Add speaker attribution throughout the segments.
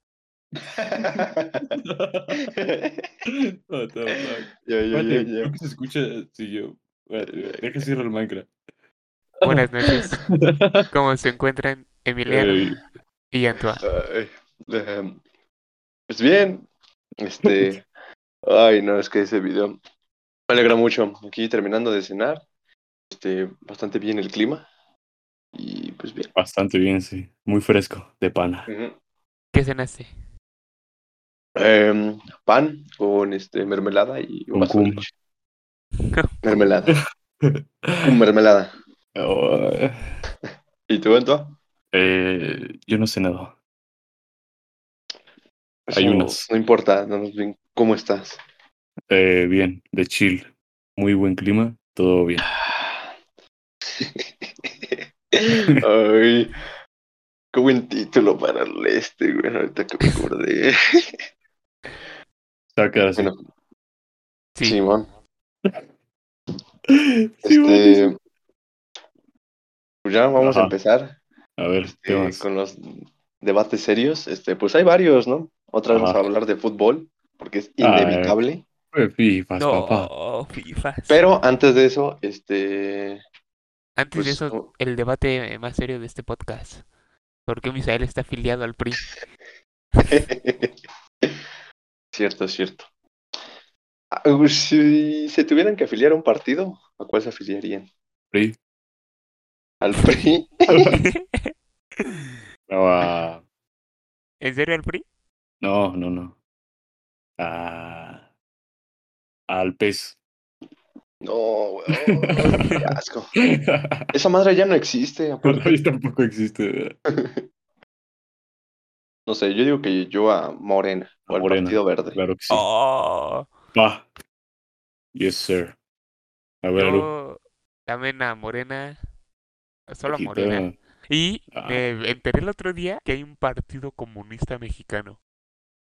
Speaker 1: What the fuck.
Speaker 2: Yo, yo, yo, Eh,
Speaker 1: Espérate,
Speaker 2: yo.
Speaker 1: creo que se escucha. Sí, yo. Espérate, deja que cierro el Minecraft.
Speaker 3: Buenas noches. ¿Cómo se encuentran Emiliano
Speaker 1: Ey,
Speaker 3: y Antoine?
Speaker 2: Ay, eh, pues bien, este, ay no, es que ese video me alegra mucho. Aquí terminando de cenar, este, bastante bien el clima y pues bien.
Speaker 1: Bastante bien, sí. Muy fresco, de pana.
Speaker 2: Ujú.
Speaker 3: ¿Qué cenaste?
Speaker 2: Em, pan con este mermelada y
Speaker 1: Con
Speaker 2: un vaso de
Speaker 1: cum.
Speaker 2: leche. Mermelada, con mermelada.
Speaker 1: Oh,
Speaker 2: ¿Y tú, Antoa?
Speaker 1: eh, yo no sé nada. Hay
Speaker 2: Eso
Speaker 1: unas.
Speaker 2: No importa, no nos ven cómo estás.
Speaker 1: Eh, bien, de chill. Muy buen clima, todo bien.
Speaker 2: Ay, qué buen título para el este, güey, ahorita que me acordé.
Speaker 1: Saca así.
Speaker 2: Bueno,
Speaker 3: Sí.
Speaker 2: Simón.
Speaker 1: Sí, bueno.
Speaker 2: Este, pues ya vamos a
Speaker 1: Ajá.
Speaker 2: empezar
Speaker 1: A ver, ¿qué
Speaker 2: eh,
Speaker 1: más?
Speaker 2: con los debates serios. Este, pues hay varios, ¿no? Otra vez
Speaker 1: Ajá.
Speaker 2: vamos a hablar de fútbol, porque es
Speaker 1: Ah, eh.
Speaker 2: inevitable.
Speaker 1: Eh, Fifas, papá.
Speaker 3: No, fifas.
Speaker 2: Pero antes de eso, este,
Speaker 3: Antes de
Speaker 2: pues,
Speaker 3: eso,
Speaker 2: oh,
Speaker 3: el debate más serio de este podcast. ¿Por qué Misael está afiliado al PRI?
Speaker 2: cierto, cierto. Ah, uy, Si se tuvieran que afiliar a un partido, ¿a cuál se afiliarían?
Speaker 1: PRI.
Speaker 2: ¿Al PRI?
Speaker 1: No, ah,
Speaker 3: ¿En serio al PRI?
Speaker 1: no, no, no. Ah, al pez.
Speaker 2: No, güey, oh, qué asco. Esa madre ya no existe, aparte.
Speaker 1: Ahí tampoco existe.
Speaker 2: No sé, yo digo que yo a Morena o
Speaker 1: A
Speaker 2: al
Speaker 1: Morena,
Speaker 2: Partido Verde.
Speaker 1: Claro que sí.
Speaker 3: Oh,
Speaker 1: Pa. Yes, sir. A ver, Aru,
Speaker 3: yo también a Morena. Solo a
Speaker 1: aquí
Speaker 3: Morena.
Speaker 1: está.
Speaker 3: Y
Speaker 1: Ah.
Speaker 3: me enteré el otro día que hay un partido comunista mexicano.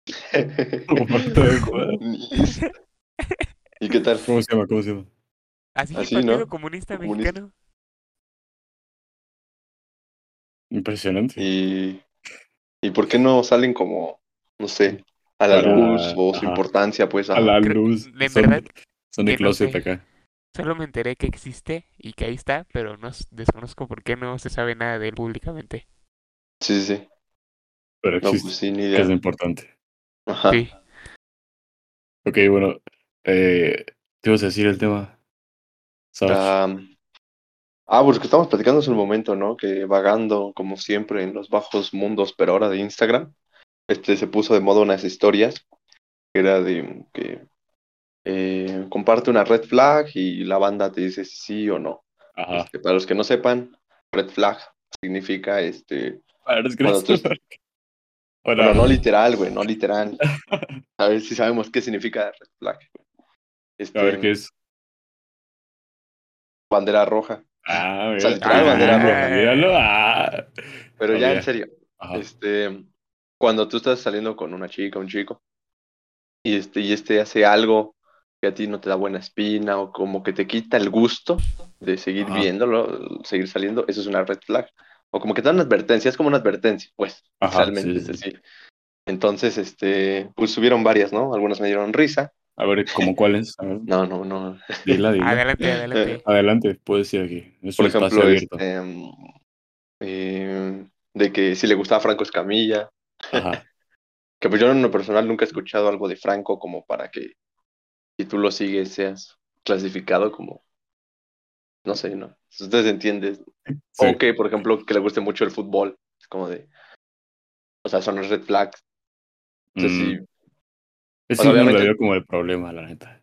Speaker 2: Comunista. ¿Y qué tal?
Speaker 1: ¿Cómo se llama? ¿Cómo se llama?
Speaker 3: Así,
Speaker 2: Así,
Speaker 3: Partido
Speaker 2: ¿no?
Speaker 3: Comunista
Speaker 2: Comunista.
Speaker 3: Mexicano.
Speaker 1: Impresionante.
Speaker 2: ¿Y, y por qué no salen como, no sé, a la
Speaker 1: Para-
Speaker 2: luz o su
Speaker 1: ajá.
Speaker 2: importancia, pues,
Speaker 1: A la
Speaker 3: creo-
Speaker 1: luz.
Speaker 3: en
Speaker 1: son,
Speaker 3: verdad
Speaker 1: son de
Speaker 3: que no sé.
Speaker 1: closet acá.
Speaker 3: Solo me enteré que existe y que ahí está, pero no s- desconozco por qué no se sabe nada de él públicamente.
Speaker 2: Sí, sí, sí.
Speaker 1: Pero
Speaker 2: No,
Speaker 1: existe.
Speaker 2: pues sí, ni
Speaker 1: que es lo
Speaker 2: idea.
Speaker 1: importante. Ah,
Speaker 2: Ajá.
Speaker 3: Sí.
Speaker 1: Ok, bueno. Eh, ¿Te ibas a decir el tema? Sach?
Speaker 2: Ah, ah, pues lo que estamos platicando es un momento, ¿no? Que vagando, como siempre, en los bajos mundos, pero ahora de Instagram, este se puso de moda unas historias, que era de que eh, comparte una red flag y la banda te dice si sí o no.
Speaker 1: Ajá.
Speaker 2: Este, para los que no sepan, red flag significa, este,
Speaker 3: pues,
Speaker 1: Ah, desgraciado. Hola.
Speaker 2: bueno, no literal, güey, no literal. A ver si sabemos qué significa red flag. Este,
Speaker 1: A ver
Speaker 3: eh,
Speaker 1: qué es.
Speaker 2: Bandera roja.
Speaker 1: Ah, mira.
Speaker 2: sea, literal, bandera
Speaker 3: roja.
Speaker 1: Míralo. Ah.
Speaker 2: Pero
Speaker 1: Ah,
Speaker 2: ya
Speaker 1: mira.
Speaker 2: en serio,
Speaker 1: Ajá.
Speaker 2: Este, cuando tú estás saliendo con una chica, un chico, y este, y este hace algo que a ti no te da buena espina o como que te quita el gusto de seguir
Speaker 1: Ajá.
Speaker 2: viéndolo, seguir saliendo, eso es una red flag. O como que te dan una advertencia, es como una advertencia, pues,
Speaker 1: Ajá,
Speaker 2: realmente
Speaker 1: sí,
Speaker 2: es
Speaker 1: sí,
Speaker 2: así. Entonces, este, pues subieron varias, ¿no? Algunas me dieron risa.
Speaker 1: A ver, ¿cómo cuál es? A ver,
Speaker 2: No, no, no.
Speaker 1: dila, dila.
Speaker 3: Adelante,
Speaker 1: Eh,
Speaker 3: adelante.
Speaker 1: Adelante, puedes ir aquí. Es
Speaker 2: Por
Speaker 1: un
Speaker 2: ejemplo,
Speaker 1: espacio abierto.
Speaker 2: este, em, em, de que si le gustaba Franco Escamilla,
Speaker 1: Ajá.
Speaker 2: Que pues yo en lo personal nunca he escuchado algo de Franco como para que si tú lo sigues seas clasificado como, no sé, ¿no? Ustedes entienden.
Speaker 1: Sí.
Speaker 2: O que, por ejemplo, que le guste mucho el fútbol. Es como de, o sea, son los red flags. O sea,
Speaker 1: Mm.
Speaker 2: este sí.
Speaker 1: Ese
Speaker 2: O sea,
Speaker 1: yo no lo
Speaker 2: obviamente-
Speaker 1: veo como el problema, la neta.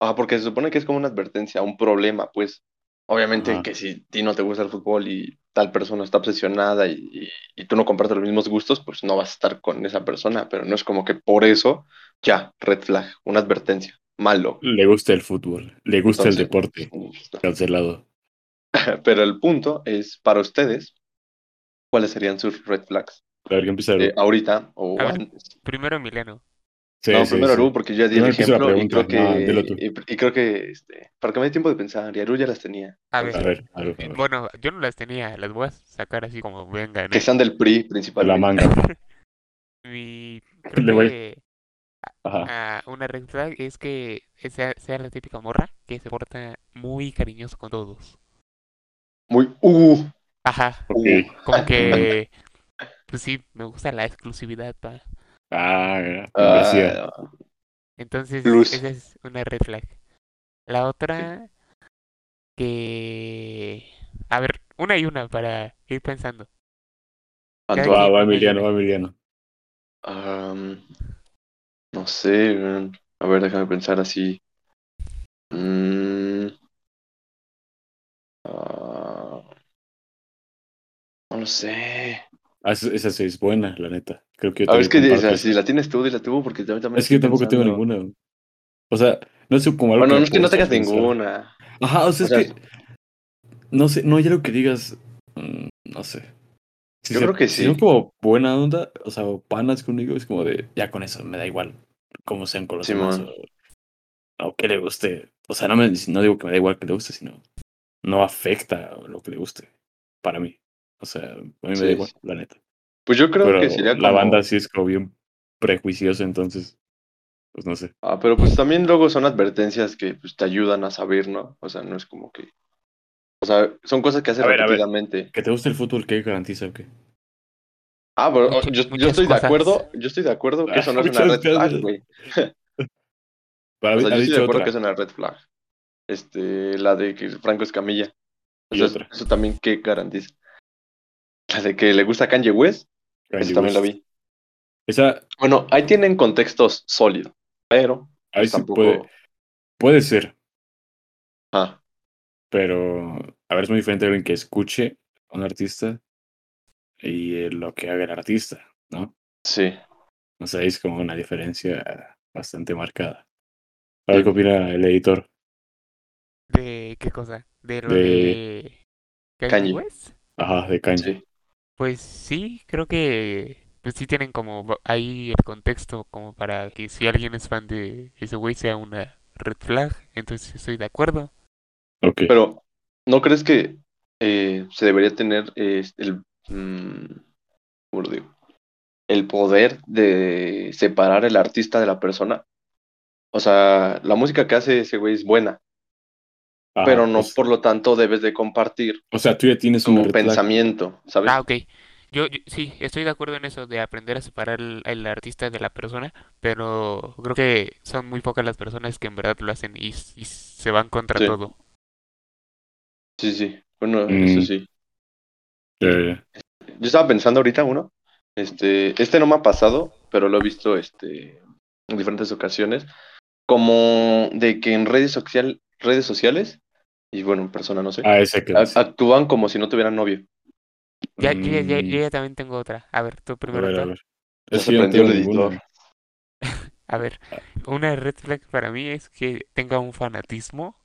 Speaker 2: Ajá, ah, porque se supone que es como una advertencia, un problema, pues. Obviamente
Speaker 1: Ajá.
Speaker 2: que si a ti no te gusta el fútbol y tal persona está obsesionada y, y- y tú no compartes los mismos gustos, pues no vas a estar con esa persona. Pero no es como que por eso, ya, red flag, una advertencia, malo.
Speaker 1: Le gusta el fútbol, le gusta el
Speaker 2: Entonces,
Speaker 1: deporte. Cancelado.
Speaker 2: Pero el punto es, para ustedes, ¿cuáles serían sus red flags?
Speaker 1: A ver, ¿qué empieza
Speaker 2: Eh,
Speaker 1: Aru?
Speaker 2: ahorita o
Speaker 3: A ver.
Speaker 2: antes.
Speaker 3: Primero Emiliano.
Speaker 1: Sí,
Speaker 2: no,
Speaker 1: Ah, sí,
Speaker 2: primero
Speaker 1: sí.
Speaker 2: Aru, porque yo ya di el
Speaker 1: Primero empieza la
Speaker 2: ejemplo y creo que.
Speaker 1: pregunta. No, dilo tú.
Speaker 2: y- y creo que. Este, para que me dé tiempo de pensar, y Aru ya las tenía.
Speaker 3: A
Speaker 1: A
Speaker 3: ver,
Speaker 1: ver, Aru, a ver.
Speaker 3: bueno, yo no las tenía, las voy a sacar así como vengan.
Speaker 2: Que sean del PRI
Speaker 1: De la
Speaker 2: principalmente.
Speaker 1: manga.
Speaker 3: Mi, creo
Speaker 1: Le voy-
Speaker 3: que
Speaker 1: Ajá.
Speaker 3: ah, una red flag es que sea, sea la típica morra que se porta muy cariñoso con todos.
Speaker 2: Muy, uh,
Speaker 3: Ajá,
Speaker 1: Ok.
Speaker 2: uh.
Speaker 3: como que, pues sí, me gusta la exclusividad, pa.
Speaker 1: Ah, mira. Membresía.
Speaker 2: Ah,
Speaker 3: Entonces,
Speaker 2: Luz.
Speaker 3: esa es una red flag. La otra, que... A ver, una y una para ir pensando.
Speaker 2: ando-
Speaker 1: Va,
Speaker 3: aquí.
Speaker 1: va Emiliano, va Emiliano.
Speaker 2: Am, um, no sé, mm, a ver, déjame pensar así. Mm, ah, no lo sé.
Speaker 1: Ah, esa, esa sí es buena, la neta. Creo que yo
Speaker 2: A ver, es que
Speaker 1: también
Speaker 2: o sea,
Speaker 1: comparto
Speaker 2: si
Speaker 1: esa.
Speaker 2: la tienes tú, dila tú, porque yo también
Speaker 1: Es que yo
Speaker 2: estoy
Speaker 1: tampoco tengo
Speaker 2: pensando.
Speaker 1: ninguna. güey. O sea, no sé como algo
Speaker 2: Bueno,
Speaker 1: que
Speaker 2: no
Speaker 1: me
Speaker 2: es que no
Speaker 1: puedo
Speaker 2: tengas
Speaker 1: pensar.
Speaker 2: ninguna.
Speaker 1: Ajá, o sea,
Speaker 2: O
Speaker 1: es
Speaker 2: sea,
Speaker 1: que. No sé, no hay algo que digas. mm, no sé. Si
Speaker 2: Yo creo que
Speaker 1: Si
Speaker 2: sí.
Speaker 1: son como buena onda, o sea, o panas conmigo, es como de. Ya con eso, me da igual. Como sean con los demás.
Speaker 2: Simón.
Speaker 1: O, o que le guste. O sea, no, me, no digo que me da igual que le guste, sino. No afecta lo que le guste. Para mí. O sea, a mí me
Speaker 2: Sí,
Speaker 1: da igual,
Speaker 2: sí.
Speaker 1: la neta.
Speaker 2: Pues yo creo
Speaker 1: Pero
Speaker 2: que sería
Speaker 1: la
Speaker 2: como-
Speaker 1: banda sí es como bien prejuiciosa, entonces. Pues no sé.
Speaker 2: Ah, pero pues también luego son advertencias que pues, te ayudan a saber, ¿no? O sea, no es como que... O sea, son cosas que hace
Speaker 1: A ver, a ver.
Speaker 2: repetidamente.
Speaker 1: ¿Que te guste el fútbol? ¿Qué garantiza o qué?
Speaker 2: Ah, pero
Speaker 3: Muchas-
Speaker 2: yo, yo
Speaker 3: muchas
Speaker 2: estoy
Speaker 3: cosas.
Speaker 2: de acuerdo, yo estoy de acuerdo que eso no es una
Speaker 1: Ah, Muchas
Speaker 2: red flag,
Speaker 1: cosas.
Speaker 2: güey.
Speaker 1: Para
Speaker 2: O
Speaker 1: mí,
Speaker 2: sea, yo
Speaker 1: ha
Speaker 2: estoy de
Speaker 1: dicho
Speaker 2: acuerdo
Speaker 1: otra.
Speaker 2: que es una red flag. Este, la de que Franco Escamilla. O
Speaker 1: Y
Speaker 2: sea,
Speaker 1: otra.
Speaker 2: eso también qué garantiza. La de que le gusta Kanye West,
Speaker 1: Kanye
Speaker 2: eso también la
Speaker 1: West.
Speaker 2: vi.
Speaker 1: Esa,
Speaker 2: Bueno, ahí tienen contextos sólidos, pero
Speaker 1: ahí
Speaker 2: pues,
Speaker 1: sí
Speaker 2: tampoco.
Speaker 1: puede, puede ser,
Speaker 2: Ah,
Speaker 1: pero a ver, es muy diferente alguien que escuche a un artista y eh, lo que haga el artista, ¿no?
Speaker 2: sí.
Speaker 1: O sea, es como una diferencia bastante marcada. A ver qué opina el editor.
Speaker 3: ¿De qué cosa? ¿De lo
Speaker 1: De-
Speaker 3: de Kanye
Speaker 2: Kanye.
Speaker 3: West?
Speaker 1: Ajá, de Kanye.
Speaker 2: Sí.
Speaker 3: Pues sí, creo que pues sí tienen como va- ahí el contexto como para que si alguien es fan de ese güey sea una red flag, entonces estoy de acuerdo.
Speaker 1: Ok.
Speaker 2: Pero, ¿no crees que eh, se debería tener eh, el, mm, ¿cómo lo digo? el poder de separar el artista de la persona? O sea, la música que hace ese güey es buena,
Speaker 1: Ajá,
Speaker 2: pero no
Speaker 1: o, sea-
Speaker 2: por lo tanto debes de compartir
Speaker 1: o sea, tú ya tienes un
Speaker 2: tu pensamiento, ¿sabes?
Speaker 3: Ah, ok. Yo, yo- sí, estoy de acuerdo en eso de aprender a separar el, el artista de la persona, pero creo que son muy pocas las personas que en verdad lo hacen y, s- y se van contra
Speaker 2: Sí.
Speaker 3: todo.
Speaker 2: Sí, sí, bueno,
Speaker 1: Mm.
Speaker 2: eso sí.
Speaker 1: Eh,
Speaker 2: Yo estaba pensando ahorita uno, este, este no me ha pasado, pero lo he visto este, en diferentes ocasiones, como de que en redes, social, redes sociales, y bueno, en persona no sé,
Speaker 1: ah, esa que
Speaker 2: a-
Speaker 1: dice.
Speaker 2: actúan como si no tuvieran novio.
Speaker 3: Ya, yo, ya- ya-
Speaker 1: Mm,
Speaker 3: yo ya también tengo otra. A ver, tú
Speaker 1: a
Speaker 3: primero,
Speaker 1: ver, a
Speaker 3: tú.
Speaker 1: ver.
Speaker 2: Ya
Speaker 1: Es
Speaker 2: se
Speaker 1: que yo no
Speaker 2: prendió el
Speaker 1: tengo ninguna.
Speaker 2: editor.
Speaker 3: A ver, una red flag para mí es que tenga un fanatismo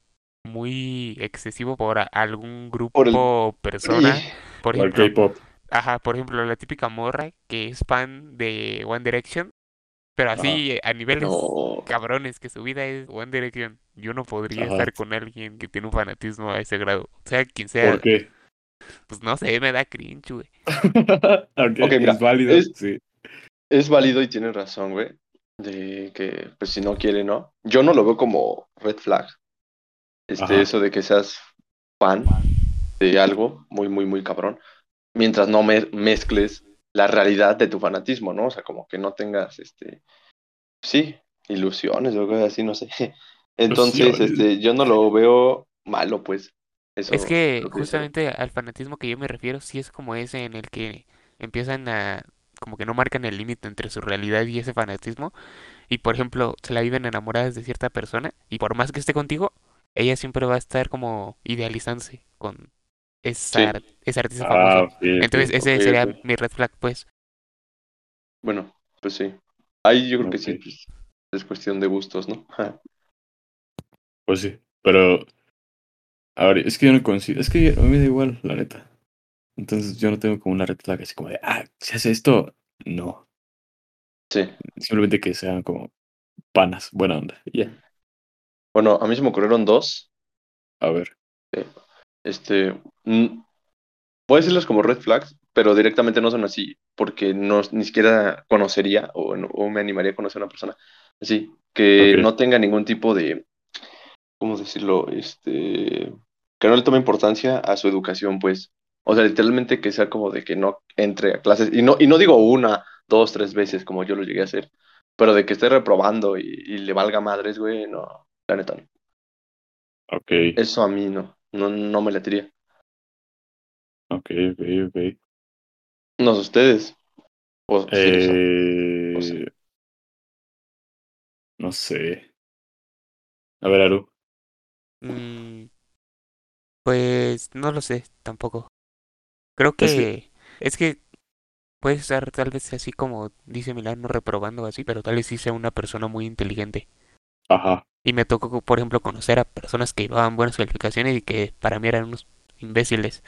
Speaker 3: muy excesivo por a- algún
Speaker 2: Por el-
Speaker 3: grupo o persona. Por
Speaker 1: O el
Speaker 3: ejemplo,
Speaker 1: K-pop.
Speaker 3: ajá, por ejemplo, la típica morra que es fan de One Direction, pero
Speaker 1: Ajá.
Speaker 3: así eh, a
Speaker 2: Y-
Speaker 3: niveles
Speaker 2: no,
Speaker 3: cabrones que su vida es One Direction. Yo no podría
Speaker 1: Ajá.
Speaker 3: estar con alguien que tiene un fanatismo a ese grado. Sea quien sea,
Speaker 1: ¿Por qué?
Speaker 3: pues no sé, me da cringe, güey.
Speaker 1: Ok,
Speaker 2: Ok, mira,
Speaker 1: es válido.
Speaker 2: es-
Speaker 1: Sí.
Speaker 2: es válido y tienes razón, güey, de que pues si no quiere, ¿no? Yo no lo veo como red flag. Este,
Speaker 1: Ajá.
Speaker 2: eso de que seas fan de algo muy, muy, muy cabrón, mientras no me- mezcles la realidad de tu fanatismo, ¿no? O sea, como que no tengas, este, sí, ilusiones o algo así, no sé. Entonces,
Speaker 1: Ilusiones.
Speaker 2: este, yo no lo veo malo, pues. Eso
Speaker 3: Es que
Speaker 2: creo es-
Speaker 3: justamente al fanatismo que yo me refiero sí es como ese en el que empiezan a como que no marcan el límite entre su realidad y ese fanatismo y por ejemplo se la viven enamoradas de cierta persona y por más que esté contigo ella siempre va a estar como idealizándose con esa,
Speaker 2: Sí.
Speaker 3: ar- ese artista
Speaker 1: Ah,
Speaker 3: famoso.
Speaker 1: ok, ok.
Speaker 3: Entonces ese
Speaker 2: ok,
Speaker 3: sería
Speaker 2: ok.
Speaker 3: mi red flag pues.
Speaker 2: Bueno, pues sí. Ahí yo creo que sí,
Speaker 1: Ok.
Speaker 2: pues, es cuestión de gustos, ¿no?
Speaker 1: Pues sí, pero. A ver, es que yo no consigo. Es que a mí me da igual, la neta. Entonces yo no tengo como una red flag así como de, ah, si hace esto, no.
Speaker 2: Sí.
Speaker 1: Simplemente que sean como panas, buena onda. y Ya.
Speaker 2: Bueno, a mí se me ocurrieron dos.
Speaker 1: A ver.
Speaker 2: Este, mm, voy a decirlas como red flags, pero directamente no son así. porque no, ni siquiera conocería o, no- o me animaría a conocer a una persona así, que
Speaker 1: Ok.
Speaker 2: no tenga ningún tipo de, ¿cómo decirlo? Este, que no le tome importancia a su educación, pues. O sea, literalmente que sea como de que no entre a clases, y no, y no digo una, dos, tres veces como yo lo llegué a hacer, pero de que esté reprobando y, y le valga madres, güey, no, la neta no.
Speaker 1: Ok,
Speaker 2: Eso a mí no, no, no me latiría.
Speaker 1: ok, ok, ok.
Speaker 2: No sé ustedes. O-
Speaker 1: Eh,
Speaker 2: o sea.
Speaker 1: No sé. A ver, Aru.
Speaker 3: Mm, pues no lo sé tampoco. Creo
Speaker 1: Es
Speaker 3: que es que puede estar tal vez así como dice Milán, no reprobando o así, pero tal vez sí sea una persona muy inteligente.
Speaker 1: Ajá.
Speaker 3: Y me tocó, por ejemplo, conocer a personas que llevaban buenas calificaciones y que para mí eran unos imbéciles.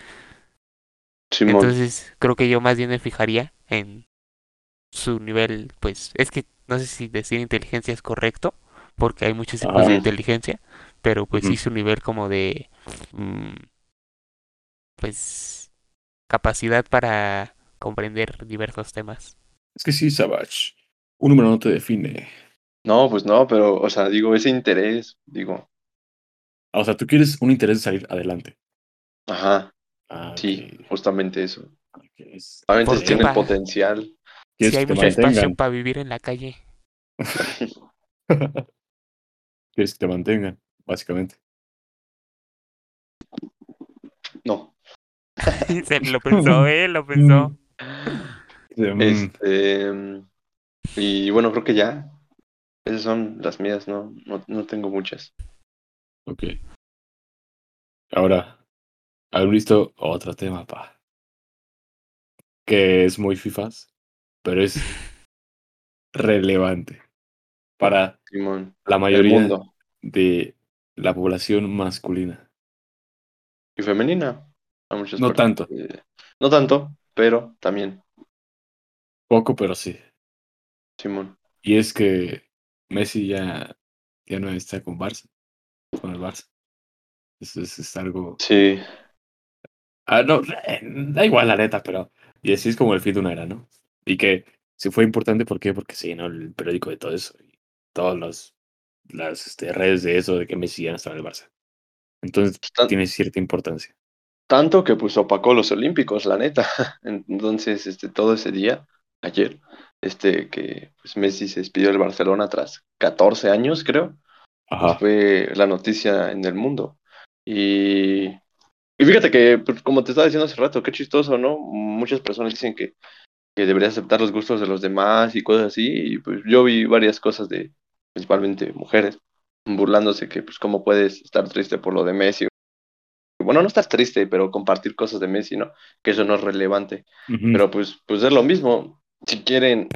Speaker 2: Simón.
Speaker 3: Entonces, creo que yo más bien me fijaría en su nivel, pues es que no sé si decir inteligencia es correcto, porque hay muchos tipos
Speaker 1: Ajá.
Speaker 3: de inteligencia, pero pues sí
Speaker 1: Ujú.
Speaker 3: su nivel como de, mm, pues, capacidad para comprender diversos temas.
Speaker 1: Es que sí, Savage. Un número no te define.
Speaker 2: No, pues no, pero, o sea, digo, ese interés, digo,
Speaker 1: O sea, tú quieres un interés de salir adelante.
Speaker 2: ajá,
Speaker 1: Ah,
Speaker 2: sí,
Speaker 1: ok.
Speaker 2: justamente eso.
Speaker 1: Ok, es-
Speaker 2: Obviamente
Speaker 1: ¿Por
Speaker 2: tiene
Speaker 1: qué?
Speaker 2: el potencial.
Speaker 1: Quieres
Speaker 3: si hay
Speaker 1: que te
Speaker 3: mucho espacio
Speaker 1: mantengan.
Speaker 3: para vivir en la calle.
Speaker 1: Quieres que te mantengan, básicamente.
Speaker 2: No.
Speaker 3: Se lo pensó, eh, lo pensó.
Speaker 1: Mm. Mm.
Speaker 2: Este, y bueno, creo que ya. Esas son las mías, ¿no? No, no tengo muchas.
Speaker 1: Ok. Ahora, haber visto otro tema, pa. Que es muy FIFAs, pero es relevante para
Speaker 2: Simón,
Speaker 1: la
Speaker 2: el
Speaker 1: mayoría
Speaker 2: mundo
Speaker 1: de la población masculina.
Speaker 2: y femenina. A muchas
Speaker 1: No
Speaker 2: partes.
Speaker 1: tanto.
Speaker 2: Eh, no tanto, pero también,
Speaker 1: Poco, pero sí.
Speaker 2: Simón.
Speaker 1: Y es que Messi ya, ya no está con Barça, con el Barça. Eso es, es algo.
Speaker 2: Sí,
Speaker 1: Ah, no, eh, da igual la neta, pero. Y así es como el fin de una era, ¿no? Y que sí fue importante, ¿por qué? Porque se llenó el periódico de todo eso. Y todas las, las este, redes de eso, de que Messi ya no estaba en el Barça. Entonces
Speaker 2: tan-
Speaker 1: tiene cierta importancia.
Speaker 2: tanto que pues opacó los Olímpicos, la neta. Entonces, este, todo ese día, ayer, este, que pues, Messi se despidió del Barcelona tras 14 años, creo, pues,
Speaker 1: Ajá.
Speaker 2: fue la noticia en el mundo. Y, y fíjate que, pues, como te estaba diciendo hace rato, qué chistoso, ¿no? Muchas personas dicen que, que debería aceptar los gustos de los demás y cosas así, y pues yo vi varias cosas de, principalmente mujeres, burlándose que, pues, cómo puedes estar triste por lo de Messi. Bueno, no estar triste, pero compartir cosas de Messi, ¿no? Que eso no es relevante.
Speaker 1: Ujú.
Speaker 2: Pero pues, pues es lo mismo. Si quieren,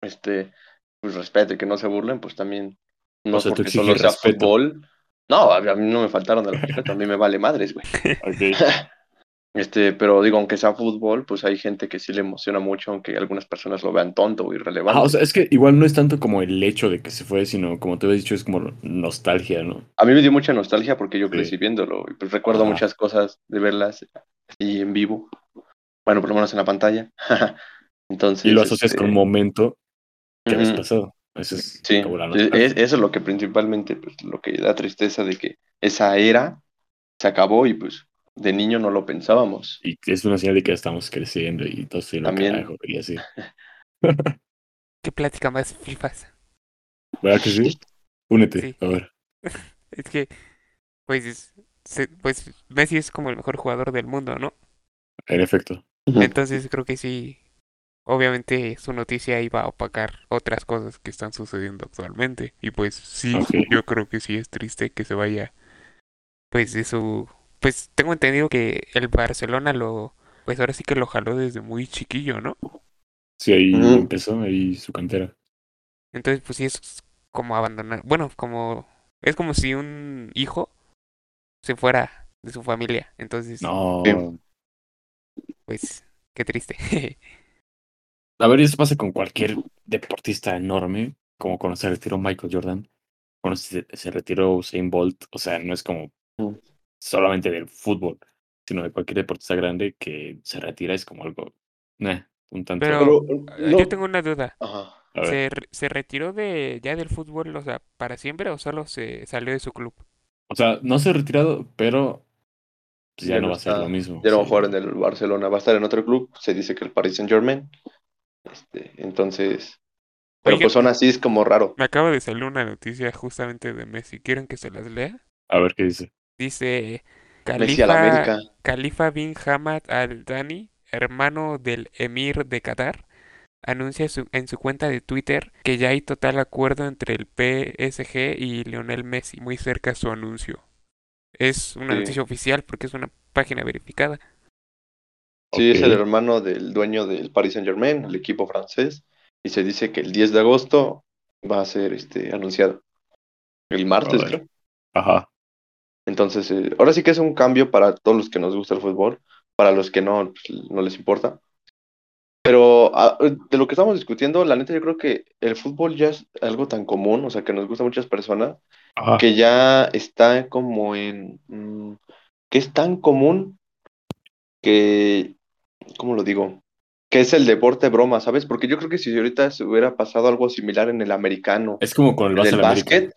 Speaker 2: este, pues respeto y que no se burlen, pues también no
Speaker 1: O sea, tú
Speaker 2: porque solo
Speaker 1: exiges
Speaker 2: sea
Speaker 1: respeto.
Speaker 2: fútbol. No, a a mí no me faltaron el respeto, a mí me vale madres, güey.
Speaker 1: Ok.
Speaker 2: Este, pero digo, aunque sea fútbol, pues hay gente que sí le emociona mucho, aunque algunas personas lo vean tonto o irrelevante.
Speaker 1: Ah, o sea, es que igual no es tanto como el hecho de que se fue, sino como te había dicho, es como nostalgia, ¿no?
Speaker 2: A mí me dio mucha nostalgia porque yo
Speaker 1: Sí.
Speaker 2: crecí viéndolo. y, pues recuerdo
Speaker 1: Ajá.
Speaker 2: muchas cosas de verlas y en vivo. Bueno, por lo menos en la pantalla. Entonces,
Speaker 1: Y lo asocias
Speaker 2: este,
Speaker 1: con un momento que habías
Speaker 2: ujú.
Speaker 1: pasado. Eso es
Speaker 2: Sí,
Speaker 1: como la
Speaker 2: e-
Speaker 1: nostalgia.
Speaker 2: es- eso es lo que principalmente, pues, lo que da tristeza de que esa era se acabó y pues de niño no lo pensábamos.
Speaker 1: Y que es una señal de que ya estamos creciendo y todo estoy en el
Speaker 2: También.
Speaker 1: carajo y así.
Speaker 3: ¿Qué plática más fifas?
Speaker 1: ¿Verdad que sí? Únete,
Speaker 3: Sí.
Speaker 1: a ver.
Speaker 3: Es que, pues, es- se- pues Messi es como el mejor jugador del mundo, ¿no?
Speaker 1: En efecto.
Speaker 3: Entonces creo que sí, obviamente su noticia iba a opacar otras cosas que están sucediendo actualmente. Y pues sí,
Speaker 1: Ok.
Speaker 3: yo creo que sí es triste que se vaya, pues de su... Pues tengo entendido que el Barcelona lo... Pues ahora sí que lo jaló desde muy chiquillo, ¿no?
Speaker 1: Sí, ahí
Speaker 2: Ujú.
Speaker 1: empezó, ahí su cantera.
Speaker 3: Entonces pues sí es como abandonar... Bueno, como... Es como si un hijo se fuera de su familia. Entonces,
Speaker 1: No.
Speaker 2: Sí.
Speaker 3: pues, qué triste.
Speaker 1: A ver, y eso pasa con cualquier deportista enorme, como cuando se retiró Michael Jordan, cuando se, se retiró Usain Bolt. O sea, no es como
Speaker 2: Mm.
Speaker 1: solamente del fútbol, sino de cualquier deportista grande que se retira, es como algo. Nah, un tanto.
Speaker 3: Pero-
Speaker 2: Pero, uh,
Speaker 3: Eh,
Speaker 2: no-
Speaker 3: Yo tengo una duda.
Speaker 2: Ajá.
Speaker 1: A ver,
Speaker 3: ¿Se, re- se retiró de ya del fútbol, o sea, para siempre o solo se salió de su club?
Speaker 1: O sea, no se ha retirado, pero pues, ya,
Speaker 2: Ya
Speaker 1: no
Speaker 2: no
Speaker 1: va a ser
Speaker 2: está-
Speaker 1: lo mismo.
Speaker 2: Ya no va a
Speaker 1: sí.
Speaker 2: jugar en el Barcelona, va a estar en otro club, se dice que el Paris Saint Germain. Este, entonces, pero
Speaker 3: Oigan.
Speaker 2: pues aún así es como raro.
Speaker 3: Me acaba de salir una noticia justamente de Messi. ¿Quieren que se las lea?
Speaker 1: A ver qué dice.
Speaker 3: Dice
Speaker 2: Messi al
Speaker 3: Califa,
Speaker 2: América.
Speaker 3: Califa bin Hamad Al Dani, hermano del emir de Qatar, anuncia su- en su cuenta de Twitter que ya hay total acuerdo entre el PSG y Lionel Messi, muy cerca a su anuncio. Es una
Speaker 2: Sí.
Speaker 3: noticia oficial porque es una página verificada.
Speaker 2: Sí, es
Speaker 1: Ok.
Speaker 2: el hermano del dueño del Paris Saint Germain, el equipo francés, y se dice que el 10 de agosto va a ser este anunciado. El martes,
Speaker 1: Órale.
Speaker 2: creo.
Speaker 1: Ajá.
Speaker 2: Entonces, eh, ahora sí que es un cambio para todos los que nos gusta el fútbol, para los que no, pues, no les importa. Pero ah, de lo que estamos discutiendo, la neta, yo creo que el fútbol ya es algo tan común, o sea, que nos gusta a muchas personas,
Speaker 1: Ajá.
Speaker 2: que ya está como en... mm, que es tan común que... ¿Cómo lo digo? Que es el deporte broma, ¿sabes? Porque yo creo que si ahorita se hubiera pasado algo similar en el americano,
Speaker 1: Es como con el
Speaker 2: en el
Speaker 1: Barcelona América.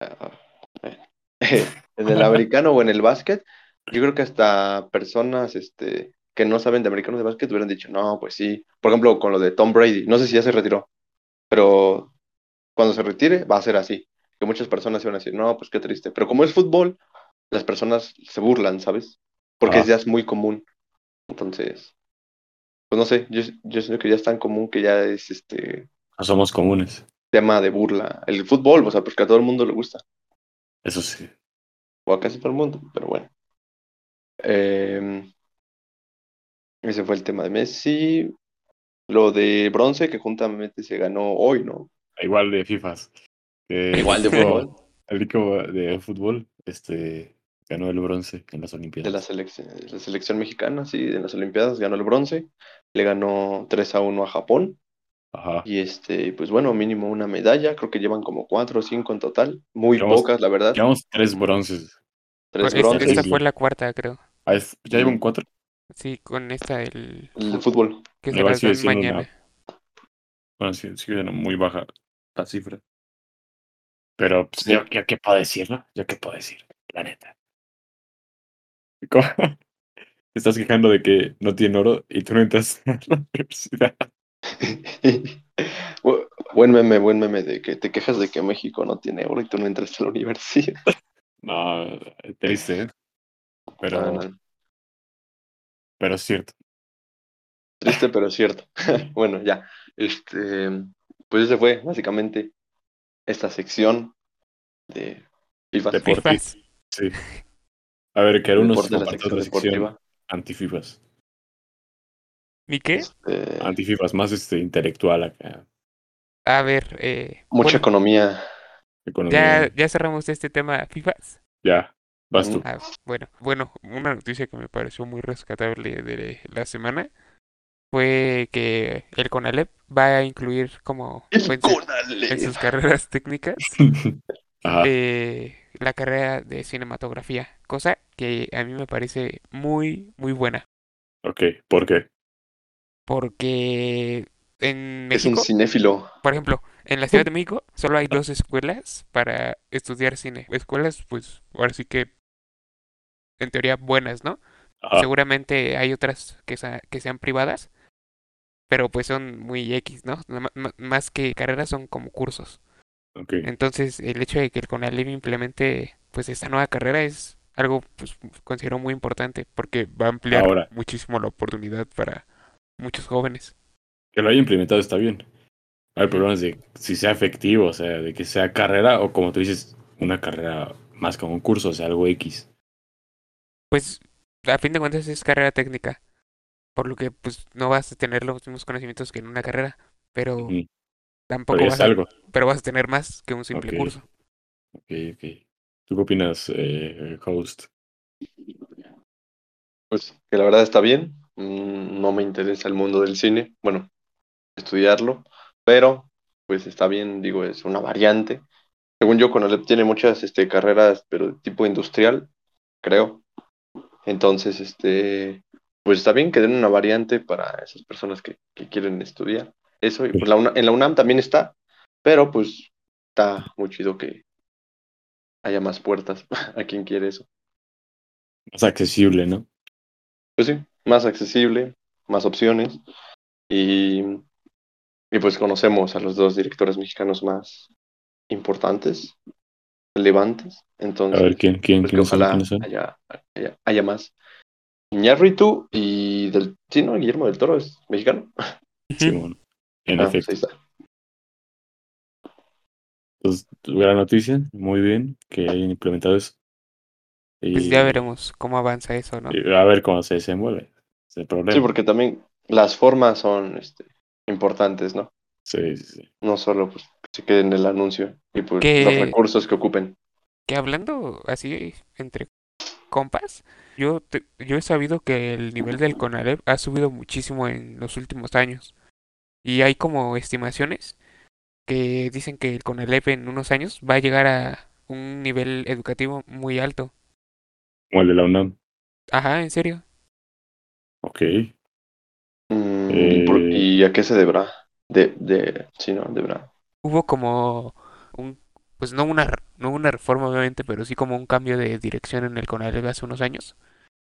Speaker 2: básquet, eh, en el americano o en el básquet, yo creo que hasta personas este, que no saben de americanos de básquet hubieran dicho, no, pues sí. Por ejemplo, con lo de Tom Brady, no sé si ya se retiró, pero cuando se retire va a ser así. Que muchas personas se van a decir, no, pues qué triste. Pero como es fútbol, las personas se burlan, ¿sabes? Porque
Speaker 1: Ajá.
Speaker 2: ya es muy común. Entonces, pues no sé, yo, yo siento que ya es tan común que ya es este
Speaker 1: No somos comunes.
Speaker 2: tema de burla. El fútbol, o sea, porque a todo el mundo le gusta,
Speaker 1: Eso sí.
Speaker 2: o a casi todo el mundo, pero bueno. Eh, ese fue el tema de Messi. Lo de bronce, que juntamente se ganó hoy, ¿no?
Speaker 1: Igual de FIFAs. Eh,
Speaker 2: Igual de
Speaker 1: el equipo-
Speaker 2: fútbol.
Speaker 1: El equipo de fútbol este, ganó el bronce en las
Speaker 2: De
Speaker 1: Olimpiadas.
Speaker 2: la selección, de la selección mexicana, sí, de las Olimpiadas, ganó el bronce. Le ganó 3 a 1 a Japón.
Speaker 1: Ajá.
Speaker 2: Y este, pues bueno, mínimo una medalla. Creo que llevan como 4 o 5 en total. Muy
Speaker 1: Llevamos-
Speaker 2: pocas, la verdad.
Speaker 1: Llevamos tres bronces.
Speaker 2: Tres
Speaker 3: Esta-
Speaker 1: bronces.
Speaker 3: esta
Speaker 2: bronces.
Speaker 3: fue la cuarta, creo.
Speaker 1: Ah, es- ¿Ya llevan cuatro?
Speaker 3: Sí, con esta del
Speaker 2: El fútbol.
Speaker 3: que se
Speaker 1: Igual
Speaker 3: las
Speaker 1: sigue
Speaker 3: dan
Speaker 1: siendo una-
Speaker 3: mañana.
Speaker 1: Bueno, sí, sí, era muy baja la cifra. Pero pues, yo, yo qué puedo decir, ¿no? Yo qué puedo decir, la neta. ¿Cómo? Te estás quejando de que no tiene oro y tú no entras a la universidad.
Speaker 2: Bu- Buen meme, buen meme de que te quejas de que México no tiene oro y tú no entras a la universidad.
Speaker 1: No, triste, ¿eh? Pero,
Speaker 2: Ah, no.
Speaker 1: pero es cierto.
Speaker 2: Triste, pero es cierto. bueno, ya. Este, pues ese fue básicamente esta sección de FIFA.
Speaker 1: Deporte.
Speaker 3: Fifas.
Speaker 1: Sí. A ver, que uno se
Speaker 2: Deporte, la
Speaker 1: compartió
Speaker 2: sección
Speaker 1: otra sección
Speaker 2: deportiva.
Speaker 1: antifibas.
Speaker 3: ¿Y qué?
Speaker 1: Eh.
Speaker 2: Este,
Speaker 1: Antifibas, más este intelectual acá.
Speaker 3: A ver, eh,
Speaker 2: mucha
Speaker 3: bueno,
Speaker 2: economía.
Speaker 1: Economía.
Speaker 3: ya, ya cerramos este tema FIFAs.
Speaker 1: Ya, vas tú.
Speaker 3: Ah, bueno, bueno, una noticia que me pareció muy rescatable de la semana fue que el CONALEP va a incluir como
Speaker 2: El
Speaker 3: en, su-
Speaker 2: Conalep.
Speaker 3: en sus carreras técnicas
Speaker 1: Ajá.
Speaker 3: eh, la carrera de cinematografía, cosa que a mí me parece muy, muy buena,
Speaker 1: Ok, ¿por qué?
Speaker 3: porque en
Speaker 2: Es un
Speaker 3: México,
Speaker 2: cinéfilo.
Speaker 3: por ejemplo, en la Ciudad de México solo hay dos escuelas para estudiar cine. Escuelas, pues, ahora sí que, en teoría, buenas, ¿no?
Speaker 1: Ajá.
Speaker 3: Seguramente hay otras que, sa- que sean privadas, pero pues son muy X, ¿no? Ma- ma- Más que carreras son como cursos.
Speaker 1: ok.
Speaker 3: Entonces, el hecho de que el CONALEP implemente pues esta nueva carrera es algo pues considero muy importante porque va a ampliar
Speaker 1: Ahora.
Speaker 3: muchísimo la oportunidad para muchos jóvenes.
Speaker 1: Que lo haya implementado está bien. Hay problemas de si sea efectivo, o sea, de que sea carrera o como tú dices, una carrera más como un curso, o sea, algo X.
Speaker 3: Pues a fin de cuentas es carrera técnica, por lo que pues no vas a tener los mismos conocimientos que en una carrera, pero
Speaker 1: Ujú. Pero
Speaker 3: tampoco
Speaker 1: ya
Speaker 3: vas
Speaker 1: es
Speaker 3: a,
Speaker 1: algo.
Speaker 3: pero vas a tener más que un simple
Speaker 1: Ok.
Speaker 3: curso.
Speaker 1: Ok, ok. ¿Tú qué opinas, eh, host?
Speaker 2: Pues que la verdad está bien. Mm, No me interesa el mundo del cine. Bueno, estudiarlo, pero pues está bien, digo, es una variante. Según yo, Conalep tiene muchas este, carreras, pero de tipo industrial, creo. Entonces, este, pues está bien que den una variante para esas personas que, que quieren estudiar. Eso, y pues la UNA- en la UNAM también está, pero pues está muy chido que haya más puertas a quien quiere eso.
Speaker 1: Más accesible, ¿no?
Speaker 2: Pues sí, más accesible, más opciones y, y pues conocemos a los dos directores mexicanos más importantes, relevantes.
Speaker 1: A
Speaker 2: Entonces,
Speaker 1: ver, ¿quién, quién,
Speaker 2: pues que
Speaker 1: quién son?
Speaker 2: ojalá
Speaker 1: ¿Quiénes son?
Speaker 2: haya, haya, haya más. Iñárritu y del, sí, ¿no? Guillermo del Toro es mexicano.
Speaker 1: Simón. En
Speaker 2: Ah, pues
Speaker 1: efecto.
Speaker 2: ahí está.
Speaker 1: Entonces, gran noticia, muy bien que hayan implementado eso. Y,
Speaker 3: Pues ya veremos cómo avanza eso, ¿no?
Speaker 1: y a ver cómo se desenvuelve. Es el problema.
Speaker 2: Sí, porque también las formas son este, importantes, ¿no?
Speaker 1: Sí, sí, sí.
Speaker 2: No solo pues, que se quede en el anuncio y pues,
Speaker 3: Que-
Speaker 2: los recursos que ocupen.
Speaker 3: Que hablando así entre compas, yo, te- yo he sabido que el nivel del CONALEP ha subido muchísimo en los últimos años. Y hay como estimaciones que dicen que el CONALEP en unos años va a llegar a un nivel educativo muy alto.
Speaker 1: Como el de la UNAM.
Speaker 3: Ajá, en serio.
Speaker 1: Ok.
Speaker 2: Mm, ¿y, por-
Speaker 1: Eh.
Speaker 2: y a qué se deberá? De, de, sí, no, deberá.
Speaker 3: Hubo como un, pues no una, r- no una reforma obviamente, pero sí como un cambio de dirección en el CONALEP hace unos años.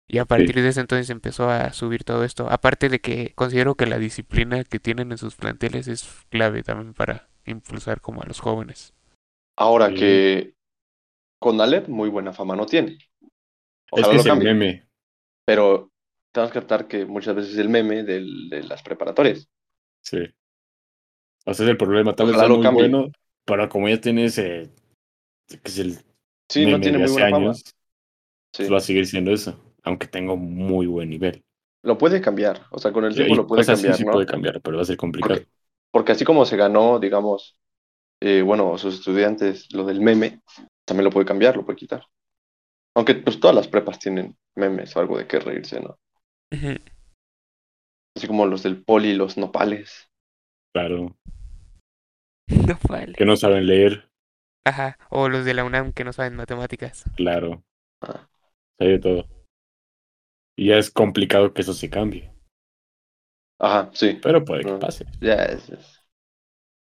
Speaker 3: Y a partir de ese entonces empezó a subir todo esto. Aparte de que considero que la disciplina que tienen en sus planteles es clave también para impulsar como a los jóvenes.
Speaker 2: Ahora
Speaker 1: Sí.
Speaker 2: que con Alep muy buena fama no tiene.
Speaker 1: Es
Speaker 2: Ojalá
Speaker 1: que
Speaker 2: lo
Speaker 1: es el
Speaker 2: cambie.
Speaker 1: meme.
Speaker 2: Pero tenemos que captar que muchas veces es el meme del- de las preparatorias.
Speaker 1: Sí. O sea, es el problema. Tal vez
Speaker 2: Ojalá
Speaker 1: es
Speaker 2: lo
Speaker 1: muy
Speaker 2: cambie.
Speaker 1: bueno, pero como ya tiene ese. que es el
Speaker 2: Sí, no
Speaker 1: meme
Speaker 2: tiene muy
Speaker 1: de hace
Speaker 2: buena fama.
Speaker 1: años,
Speaker 2: Sí.
Speaker 1: pues va a seguir siendo eso. Aunque tenga un muy buen nivel.
Speaker 2: Lo puede cambiar. O sea, con el tiempo
Speaker 1: Y-
Speaker 2: lo puede
Speaker 1: o sea, sí,
Speaker 2: cambiar,
Speaker 1: sí
Speaker 2: ¿no?
Speaker 1: puede cambiar, pero va a ser complicado.
Speaker 2: Porque, porque así como se ganó, digamos, eh, bueno, sus estudiantes lo del meme, también lo puede cambiar, lo puede quitar. Aunque pues todas las prepas tienen memes o algo de qué reírse, ¿no? Así como los del poli, los nopales.
Speaker 1: Claro.
Speaker 3: No vale.
Speaker 1: Que no saben leer,
Speaker 3: Ajá. O los de la UNAM que no saben matemáticas.
Speaker 1: claro.
Speaker 2: Ah.
Speaker 1: Hay de todo. Y ya es complicado que eso se cambie.
Speaker 2: Ajá, sí.
Speaker 1: Pero puede que
Speaker 2: Ah.
Speaker 1: pase.
Speaker 2: Ya es, es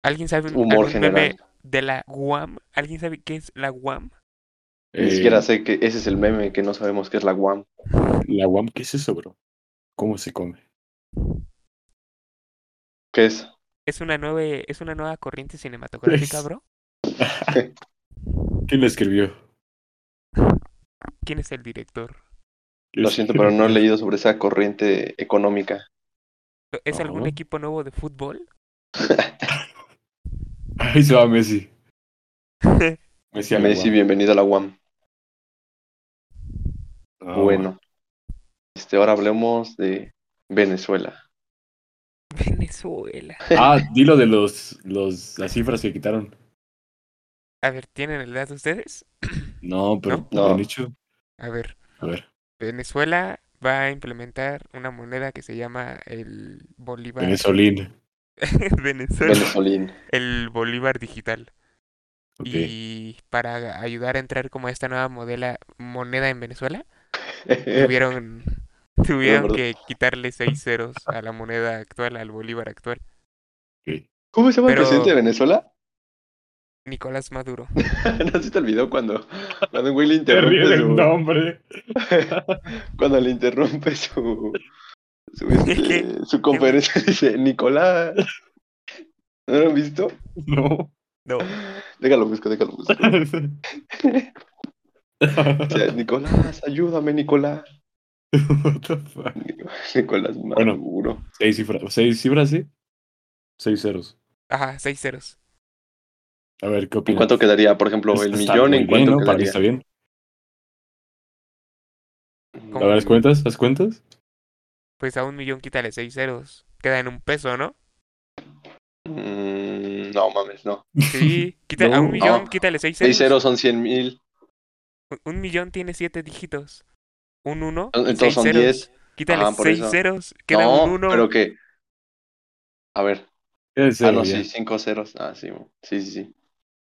Speaker 3: ¿Alguien sabe un,
Speaker 2: humor
Speaker 3: Mm, algún meme
Speaker 2: general.
Speaker 3: de la UAM? ¿Alguien sabe qué es la UAM?
Speaker 2: Ni
Speaker 1: Eh,
Speaker 2: siquiera sé que ese es el meme que no sabemos qué es la guam.
Speaker 1: La guam, ¿qué es eso, bro? ¿Cómo se come?
Speaker 2: ¿Qué es?
Speaker 3: Es una nueva, es una nueva corriente cinematográfica,
Speaker 1: Es-
Speaker 3: bro.
Speaker 1: ¿Quién la escribió?
Speaker 3: ¿Quién es el director?
Speaker 2: Lo siento, pero no he leído sobre esa corriente económica.
Speaker 3: ¿Es algún
Speaker 1: Ah.
Speaker 3: equipo nuevo de fútbol?
Speaker 1: Ahí se va Messi. Messi a la
Speaker 2: Me dice
Speaker 1: guam.
Speaker 2: bienvenido a la guam.
Speaker 1: Ah,
Speaker 2: Bueno, este, ahora hablemos de Venezuela.
Speaker 3: Venezuela.
Speaker 1: Ah, dilo de los, los, las cifras que quitaron.
Speaker 3: A ver, ¿tienen el dato ustedes?
Speaker 1: No, pero
Speaker 3: No.
Speaker 1: lo han
Speaker 2: No.
Speaker 1: dicho.
Speaker 3: A ver,
Speaker 1: A ver,
Speaker 3: Venezuela va a implementar una moneda que se llama el bolívar.
Speaker 1: Venezolín.
Speaker 3: Venezuela.
Speaker 2: Venezolín.
Speaker 3: El bolívar digital.
Speaker 1: Ok.
Speaker 3: Y para ayudar a entrar como a esta nueva modela, moneda en Venezuela, tuvieron, tuvieron
Speaker 2: Eh. perdón.
Speaker 3: que quitarle seis ceros a la moneda actual, al bolívar actual.
Speaker 1: ok.
Speaker 2: ¿Cómo se llama
Speaker 3: Pero-
Speaker 2: el presidente de Venezuela?
Speaker 3: Nicolás Maduro.
Speaker 2: ¿No se te olvidó cuando, cuando un güey le
Speaker 1: Te ríe
Speaker 2: interrumpe
Speaker 1: del
Speaker 2: su,
Speaker 1: nombre.
Speaker 2: cuando le interrumpe su, su, este, su conferencia? Dice, Nicolás. ¿No lo han visto?
Speaker 1: No.
Speaker 3: No.
Speaker 2: Déjalo busco, déjalo busco. O sea, Nicolás, ayúdame, Nicolás.
Speaker 1: What the fuck?
Speaker 2: Nicolás
Speaker 1: Bueno.
Speaker 2: Maduro.
Speaker 1: Seis cifras, seis cifras, sí. Seis ceros.
Speaker 3: Ajá, seis ceros.
Speaker 1: A ver, ¿qué
Speaker 2: ¿En
Speaker 1: opinas?
Speaker 2: cuánto quedaría? Por ejemplo, el
Speaker 1: Está
Speaker 2: millón,
Speaker 1: muy
Speaker 2: ¿en
Speaker 1: bien,
Speaker 2: cuánto
Speaker 1: ¿no? Para mí está
Speaker 2: quedaría?
Speaker 1: bien. A
Speaker 3: ¿Cómo?
Speaker 1: ver, ¿las cuentas? ¿Las cuentas?
Speaker 3: Pues a un millón quítale seis ceros. Queda en un peso, ¿no?
Speaker 2: Mm, no mames, no.
Speaker 3: Sí, pues, quita, a
Speaker 1: No.
Speaker 3: un millón
Speaker 2: No.
Speaker 3: quítale seis ceros.
Speaker 2: Seis ceros son cien mil,
Speaker 3: Un- Un millón tiene siete dígitos. Un uno,
Speaker 2: Ah, entonces
Speaker 3: seis
Speaker 2: son
Speaker 3: ceros.
Speaker 2: diez.
Speaker 3: Quítale
Speaker 2: Ah, por
Speaker 3: seis
Speaker 2: eso.
Speaker 3: ceros. Queda
Speaker 2: no,
Speaker 3: un uno.
Speaker 2: pero que. A ver.
Speaker 1: Qué
Speaker 2: Ah,
Speaker 1: cero,
Speaker 2: no,
Speaker 1: ya.
Speaker 2: sí, cinco ceros. Ah, sí, mo- sí, sí, sí.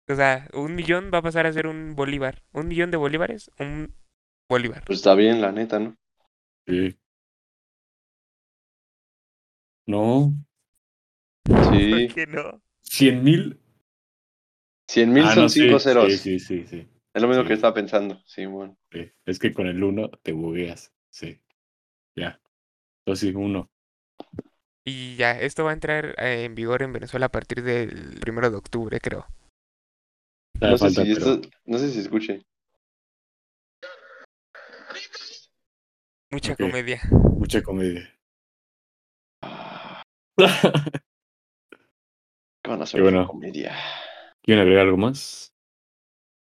Speaker 3: O sea, un millón va a pasar a ser un bolívar. Un millón de bolívares, un bolívar.
Speaker 2: Pues está bien, la neta, ¿no?
Speaker 1: Sí. No,
Speaker 2: Sí.
Speaker 3: ¿Por qué no?
Speaker 1: 100 mil. Ah,
Speaker 2: 100 mil son 5 ceros.
Speaker 1: Sí, sí, sí, sí,
Speaker 2: Es lo mismo
Speaker 1: Sí.
Speaker 2: que estaba pensando. Sí, bueno.
Speaker 1: sí. eh, Es que con el 1 te bugueas. Sí. Ya. Entonces, 1.
Speaker 3: Y ya, esto va a entrar eh, en vigor en Venezuela a partir del primero de octubre, creo.
Speaker 2: No sé, si esto- no sé si escuche.
Speaker 3: Mucha
Speaker 1: Ok.
Speaker 3: comedia.
Speaker 1: Mucha comedia.
Speaker 2: ¿Qué van a hacer
Speaker 1: Y bueno.
Speaker 2: de comedia?
Speaker 1: ¿Quieren agregar algo más?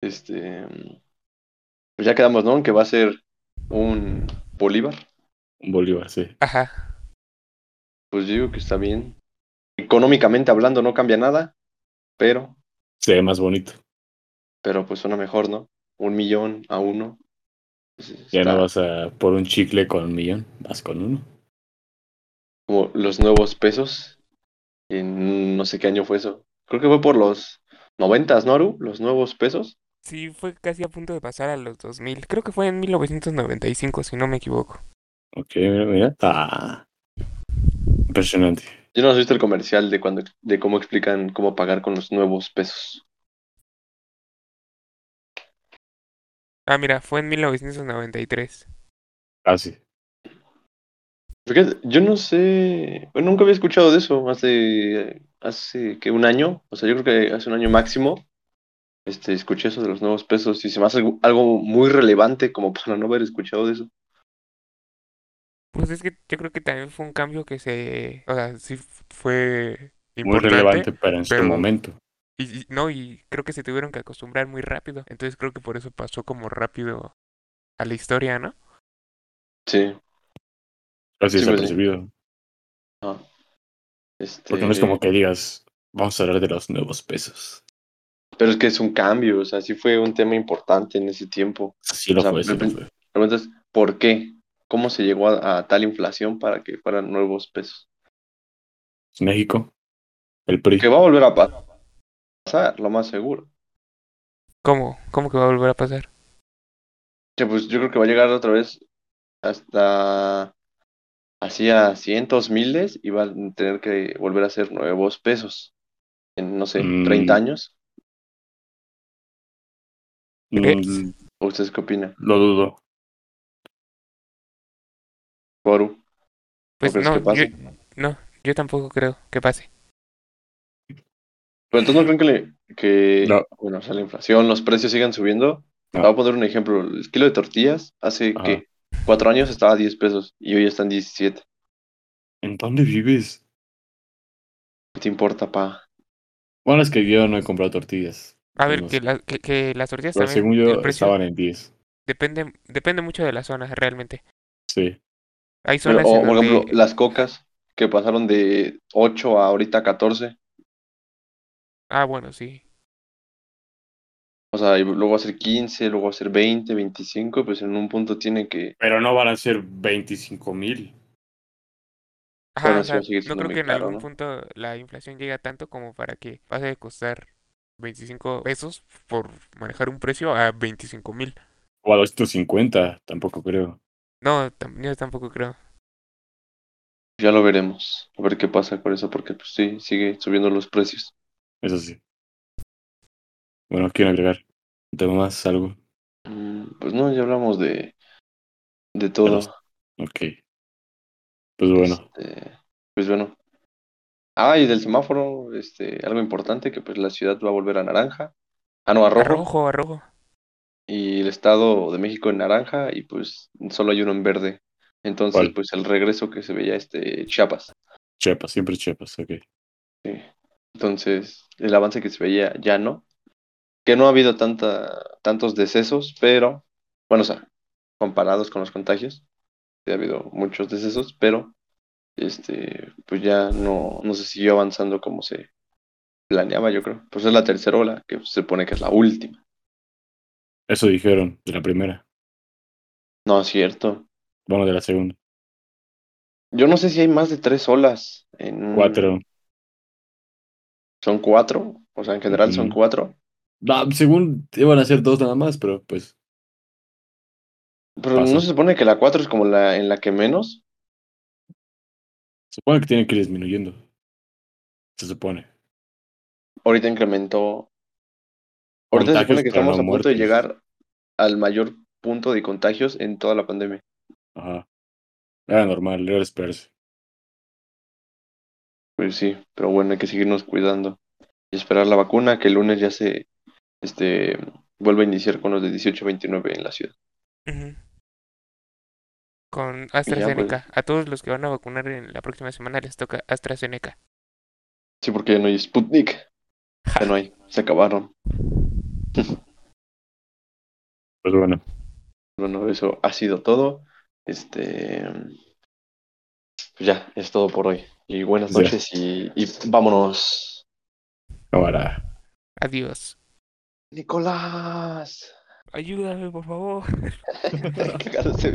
Speaker 2: Este. Pues ya quedamos, ¿no? Que va a ser un Bolívar.
Speaker 1: Un Bolívar, sí.
Speaker 3: Ajá.
Speaker 2: Pues yo digo que está bien. Económicamente hablando no cambia nada, pero,
Speaker 1: Se ve más bonito.
Speaker 2: pero pues suena mejor, ¿no? Un millón a uno. Pues,
Speaker 1: Ya
Speaker 2: está
Speaker 1: no vas a por un chicle con un millón, vas con uno.
Speaker 2: Como los nuevos pesos. En no sé qué año fue eso. Creo que fue por los noventas, ¿no, Aru? Los nuevos pesos.
Speaker 3: Sí, fue casi a punto de pasar a los 2000. Creo que fue en 1995, si no me equivoco.
Speaker 1: Ok, mira, mira. Está impresionante.
Speaker 2: Yo no has visto el comercial de cuando de cómo explican cómo pagar con los nuevos pesos.
Speaker 3: Ah, mira, fue en 1993.
Speaker 1: Casi.
Speaker 2: Porque yo no sé, bueno, nunca había escuchado de eso hace hace que un año, o sea, yo creo que hace un año máximo, este, escuché eso de los nuevos pesos y se me hace algo, algo muy relevante como para no haber escuchado de eso.
Speaker 3: Pues es que yo creo que también fue un cambio que se... O sea, sí f- fue
Speaker 1: Muy
Speaker 3: importante.
Speaker 1: relevante, pero en su
Speaker 3: pero-
Speaker 1: momento.
Speaker 3: Y, y- no, y creo que se tuvieron que acostumbrar muy rápido. Entonces creo que por eso pasó como rápido a la historia, ¿no?
Speaker 2: Sí,
Speaker 1: Casi
Speaker 2: Sí, pues, sí.
Speaker 1: desapercibido.
Speaker 2: este,
Speaker 1: Porque no es como que digas, vamos a hablar de los nuevos pesos.
Speaker 2: pero es que es un cambio, o sea, sí fue un tema importante en ese tiempo.
Speaker 1: Sí lo
Speaker 2: O sea,
Speaker 1: fue, sí lo
Speaker 2: depende-
Speaker 1: fue.
Speaker 2: La pregunta es, ¿por qué? ¿Cómo se llegó a, a tal inflación para que fueran nuevos pesos?
Speaker 1: México, el PRI.
Speaker 2: Que va a volver a pa- pasar, lo más seguro.
Speaker 3: ¿Cómo? ¿Cómo que va a volver a pasar?
Speaker 2: Que pues yo creo que va a llegar otra vez hasta así a cientos, miles y van a tener que volver a hacer nuevos pesos en, no sé,
Speaker 1: Mm.
Speaker 2: 30 años.
Speaker 1: Mm,
Speaker 2: ¿O ustedes qué opinan?
Speaker 1: lo dudo.
Speaker 2: Boru,
Speaker 3: Pues
Speaker 2: crees
Speaker 3: no,
Speaker 2: que pase?
Speaker 3: yo, no, yo tampoco creo que pase.
Speaker 2: Pero entonces no creen que, le- que
Speaker 1: No.
Speaker 2: bueno, o sea, la inflación, los precios sigan subiendo.
Speaker 1: No.
Speaker 2: Te Voy a poner un ejemplo. El kilo de tortillas hace
Speaker 1: Ajá.
Speaker 2: que cuatro años estaba a 10 pesos y hoy está en 17.
Speaker 1: ¿En dónde vives?
Speaker 2: ¿Qué te importa, pa?
Speaker 1: Bueno, es que yo no he comprado tortillas.
Speaker 3: A
Speaker 2: Pues
Speaker 3: ver,
Speaker 1: No
Speaker 3: que,
Speaker 1: sé.
Speaker 3: la- que, que las tortillas
Speaker 1: Pero
Speaker 3: también,
Speaker 1: según
Speaker 3: el
Speaker 1: yo,
Speaker 3: precio
Speaker 1: estaban en 10.
Speaker 3: depende, depende mucho de la zona, realmente.
Speaker 1: Sí.
Speaker 2: Pero,
Speaker 3: Hay zonas
Speaker 2: o,
Speaker 3: en
Speaker 2: por ejemplo,
Speaker 3: donde-
Speaker 2: las cocas que pasaron de 8 a ahorita 14.
Speaker 3: Ah, bueno, sí.
Speaker 2: O sea, y luego hacer 15, luego hacer 20, 25, pues en un punto tiene que...
Speaker 1: Pero no van a ser 25 mil.
Speaker 3: Ajá,
Speaker 2: Bueno,
Speaker 3: o
Speaker 2: sí
Speaker 3: sea,
Speaker 2: va a seguir
Speaker 3: no
Speaker 2: siendo
Speaker 3: creo
Speaker 2: muy
Speaker 3: que en
Speaker 2: caro,
Speaker 3: algún
Speaker 2: ¿no?
Speaker 3: punto la inflación llegue a tanto como para que pase de costar 25 pesos por manejar un precio a 25 mil.
Speaker 1: O a 250, tampoco creo.
Speaker 3: No, tam- yo tampoco creo.
Speaker 2: Ya lo veremos. A ver qué pasa con eso, porque pues sí, sigue subiendo los precios.
Speaker 1: Eso sí. Bueno, quiero agregar. un tema más? ¿Algo?
Speaker 2: Mm, Pues no, ya hablamos de... De todo.
Speaker 1: los- Ok. Pues bueno,
Speaker 2: Este, pues bueno. Ah, y del semáforo, este, algo importante, que pues la ciudad va a volver a naranja. Ah, no, a
Speaker 3: A
Speaker 2: rojo.
Speaker 3: rojo, a rojo.
Speaker 2: Y el Estado de México en naranja, y pues solo hay uno en verde. Entonces,
Speaker 1: ¿Cuál?
Speaker 2: pues el regreso que se veía, este, Chiapas.
Speaker 1: Chiapas, siempre Chiapas, ok.
Speaker 2: Sí. Entonces, el avance que se veía ya no. Que no ha habido tanta, tantos decesos, pero, bueno, o sea, comparados con los contagios, sí ha habido muchos decesos, pero, este, pues ya no, no se siguió avanzando como se planeaba, yo creo. Pues es la tercera ola, que se supone que es la última.
Speaker 1: Eso dijeron de la primera.
Speaker 2: No es cierto.
Speaker 1: Bueno, de la segunda.
Speaker 2: Yo no sé si hay más de tres olas en
Speaker 3: Mm.
Speaker 2: un-
Speaker 1: Cuatro.
Speaker 2: Son cuatro, o sea, en general son
Speaker 1: Ujú.
Speaker 2: cuatro.
Speaker 1: Ah, según iban a ser dos nada más, pero pues.
Speaker 2: Pero
Speaker 1: Pasa.
Speaker 2: ¿no se supone que la cuatro es como la en la que menos?
Speaker 1: Supone que tiene que ir disminuyendo. Se supone.
Speaker 2: Ahorita incrementó. Ahorita se
Speaker 1: Contagios,
Speaker 2: supone que
Speaker 1: pero
Speaker 2: estamos
Speaker 1: no
Speaker 2: a punto de
Speaker 1: muertos.
Speaker 2: llegar al mayor punto de contagios en toda la pandemia.
Speaker 1: Ajá. Era normal, era de esperarse.
Speaker 2: Pues sí, pero bueno, hay que seguirnos cuidando y esperar la vacuna que el lunes ya se este vuelve a iniciar con los de 18 a 29 en la ciudad.
Speaker 3: Ujú. Con
Speaker 2: pues.
Speaker 3: AstraZeneca. A todos los que van a vacunar en la próxima semana les toca AstraZeneca.
Speaker 2: Sí, porque ya no hay Sputnik. Ya no hay, se acabaron.
Speaker 1: Pues bueno,
Speaker 2: Bueno, eso ha sido todo. Este pues ya, es todo por hoy. Y buenas
Speaker 1: Ya.
Speaker 2: noches y, y vámonos.
Speaker 1: ahora.
Speaker 3: Adiós.
Speaker 2: Nicolás.
Speaker 3: Ayúdame, por favor.
Speaker 2: Qué cara se vi.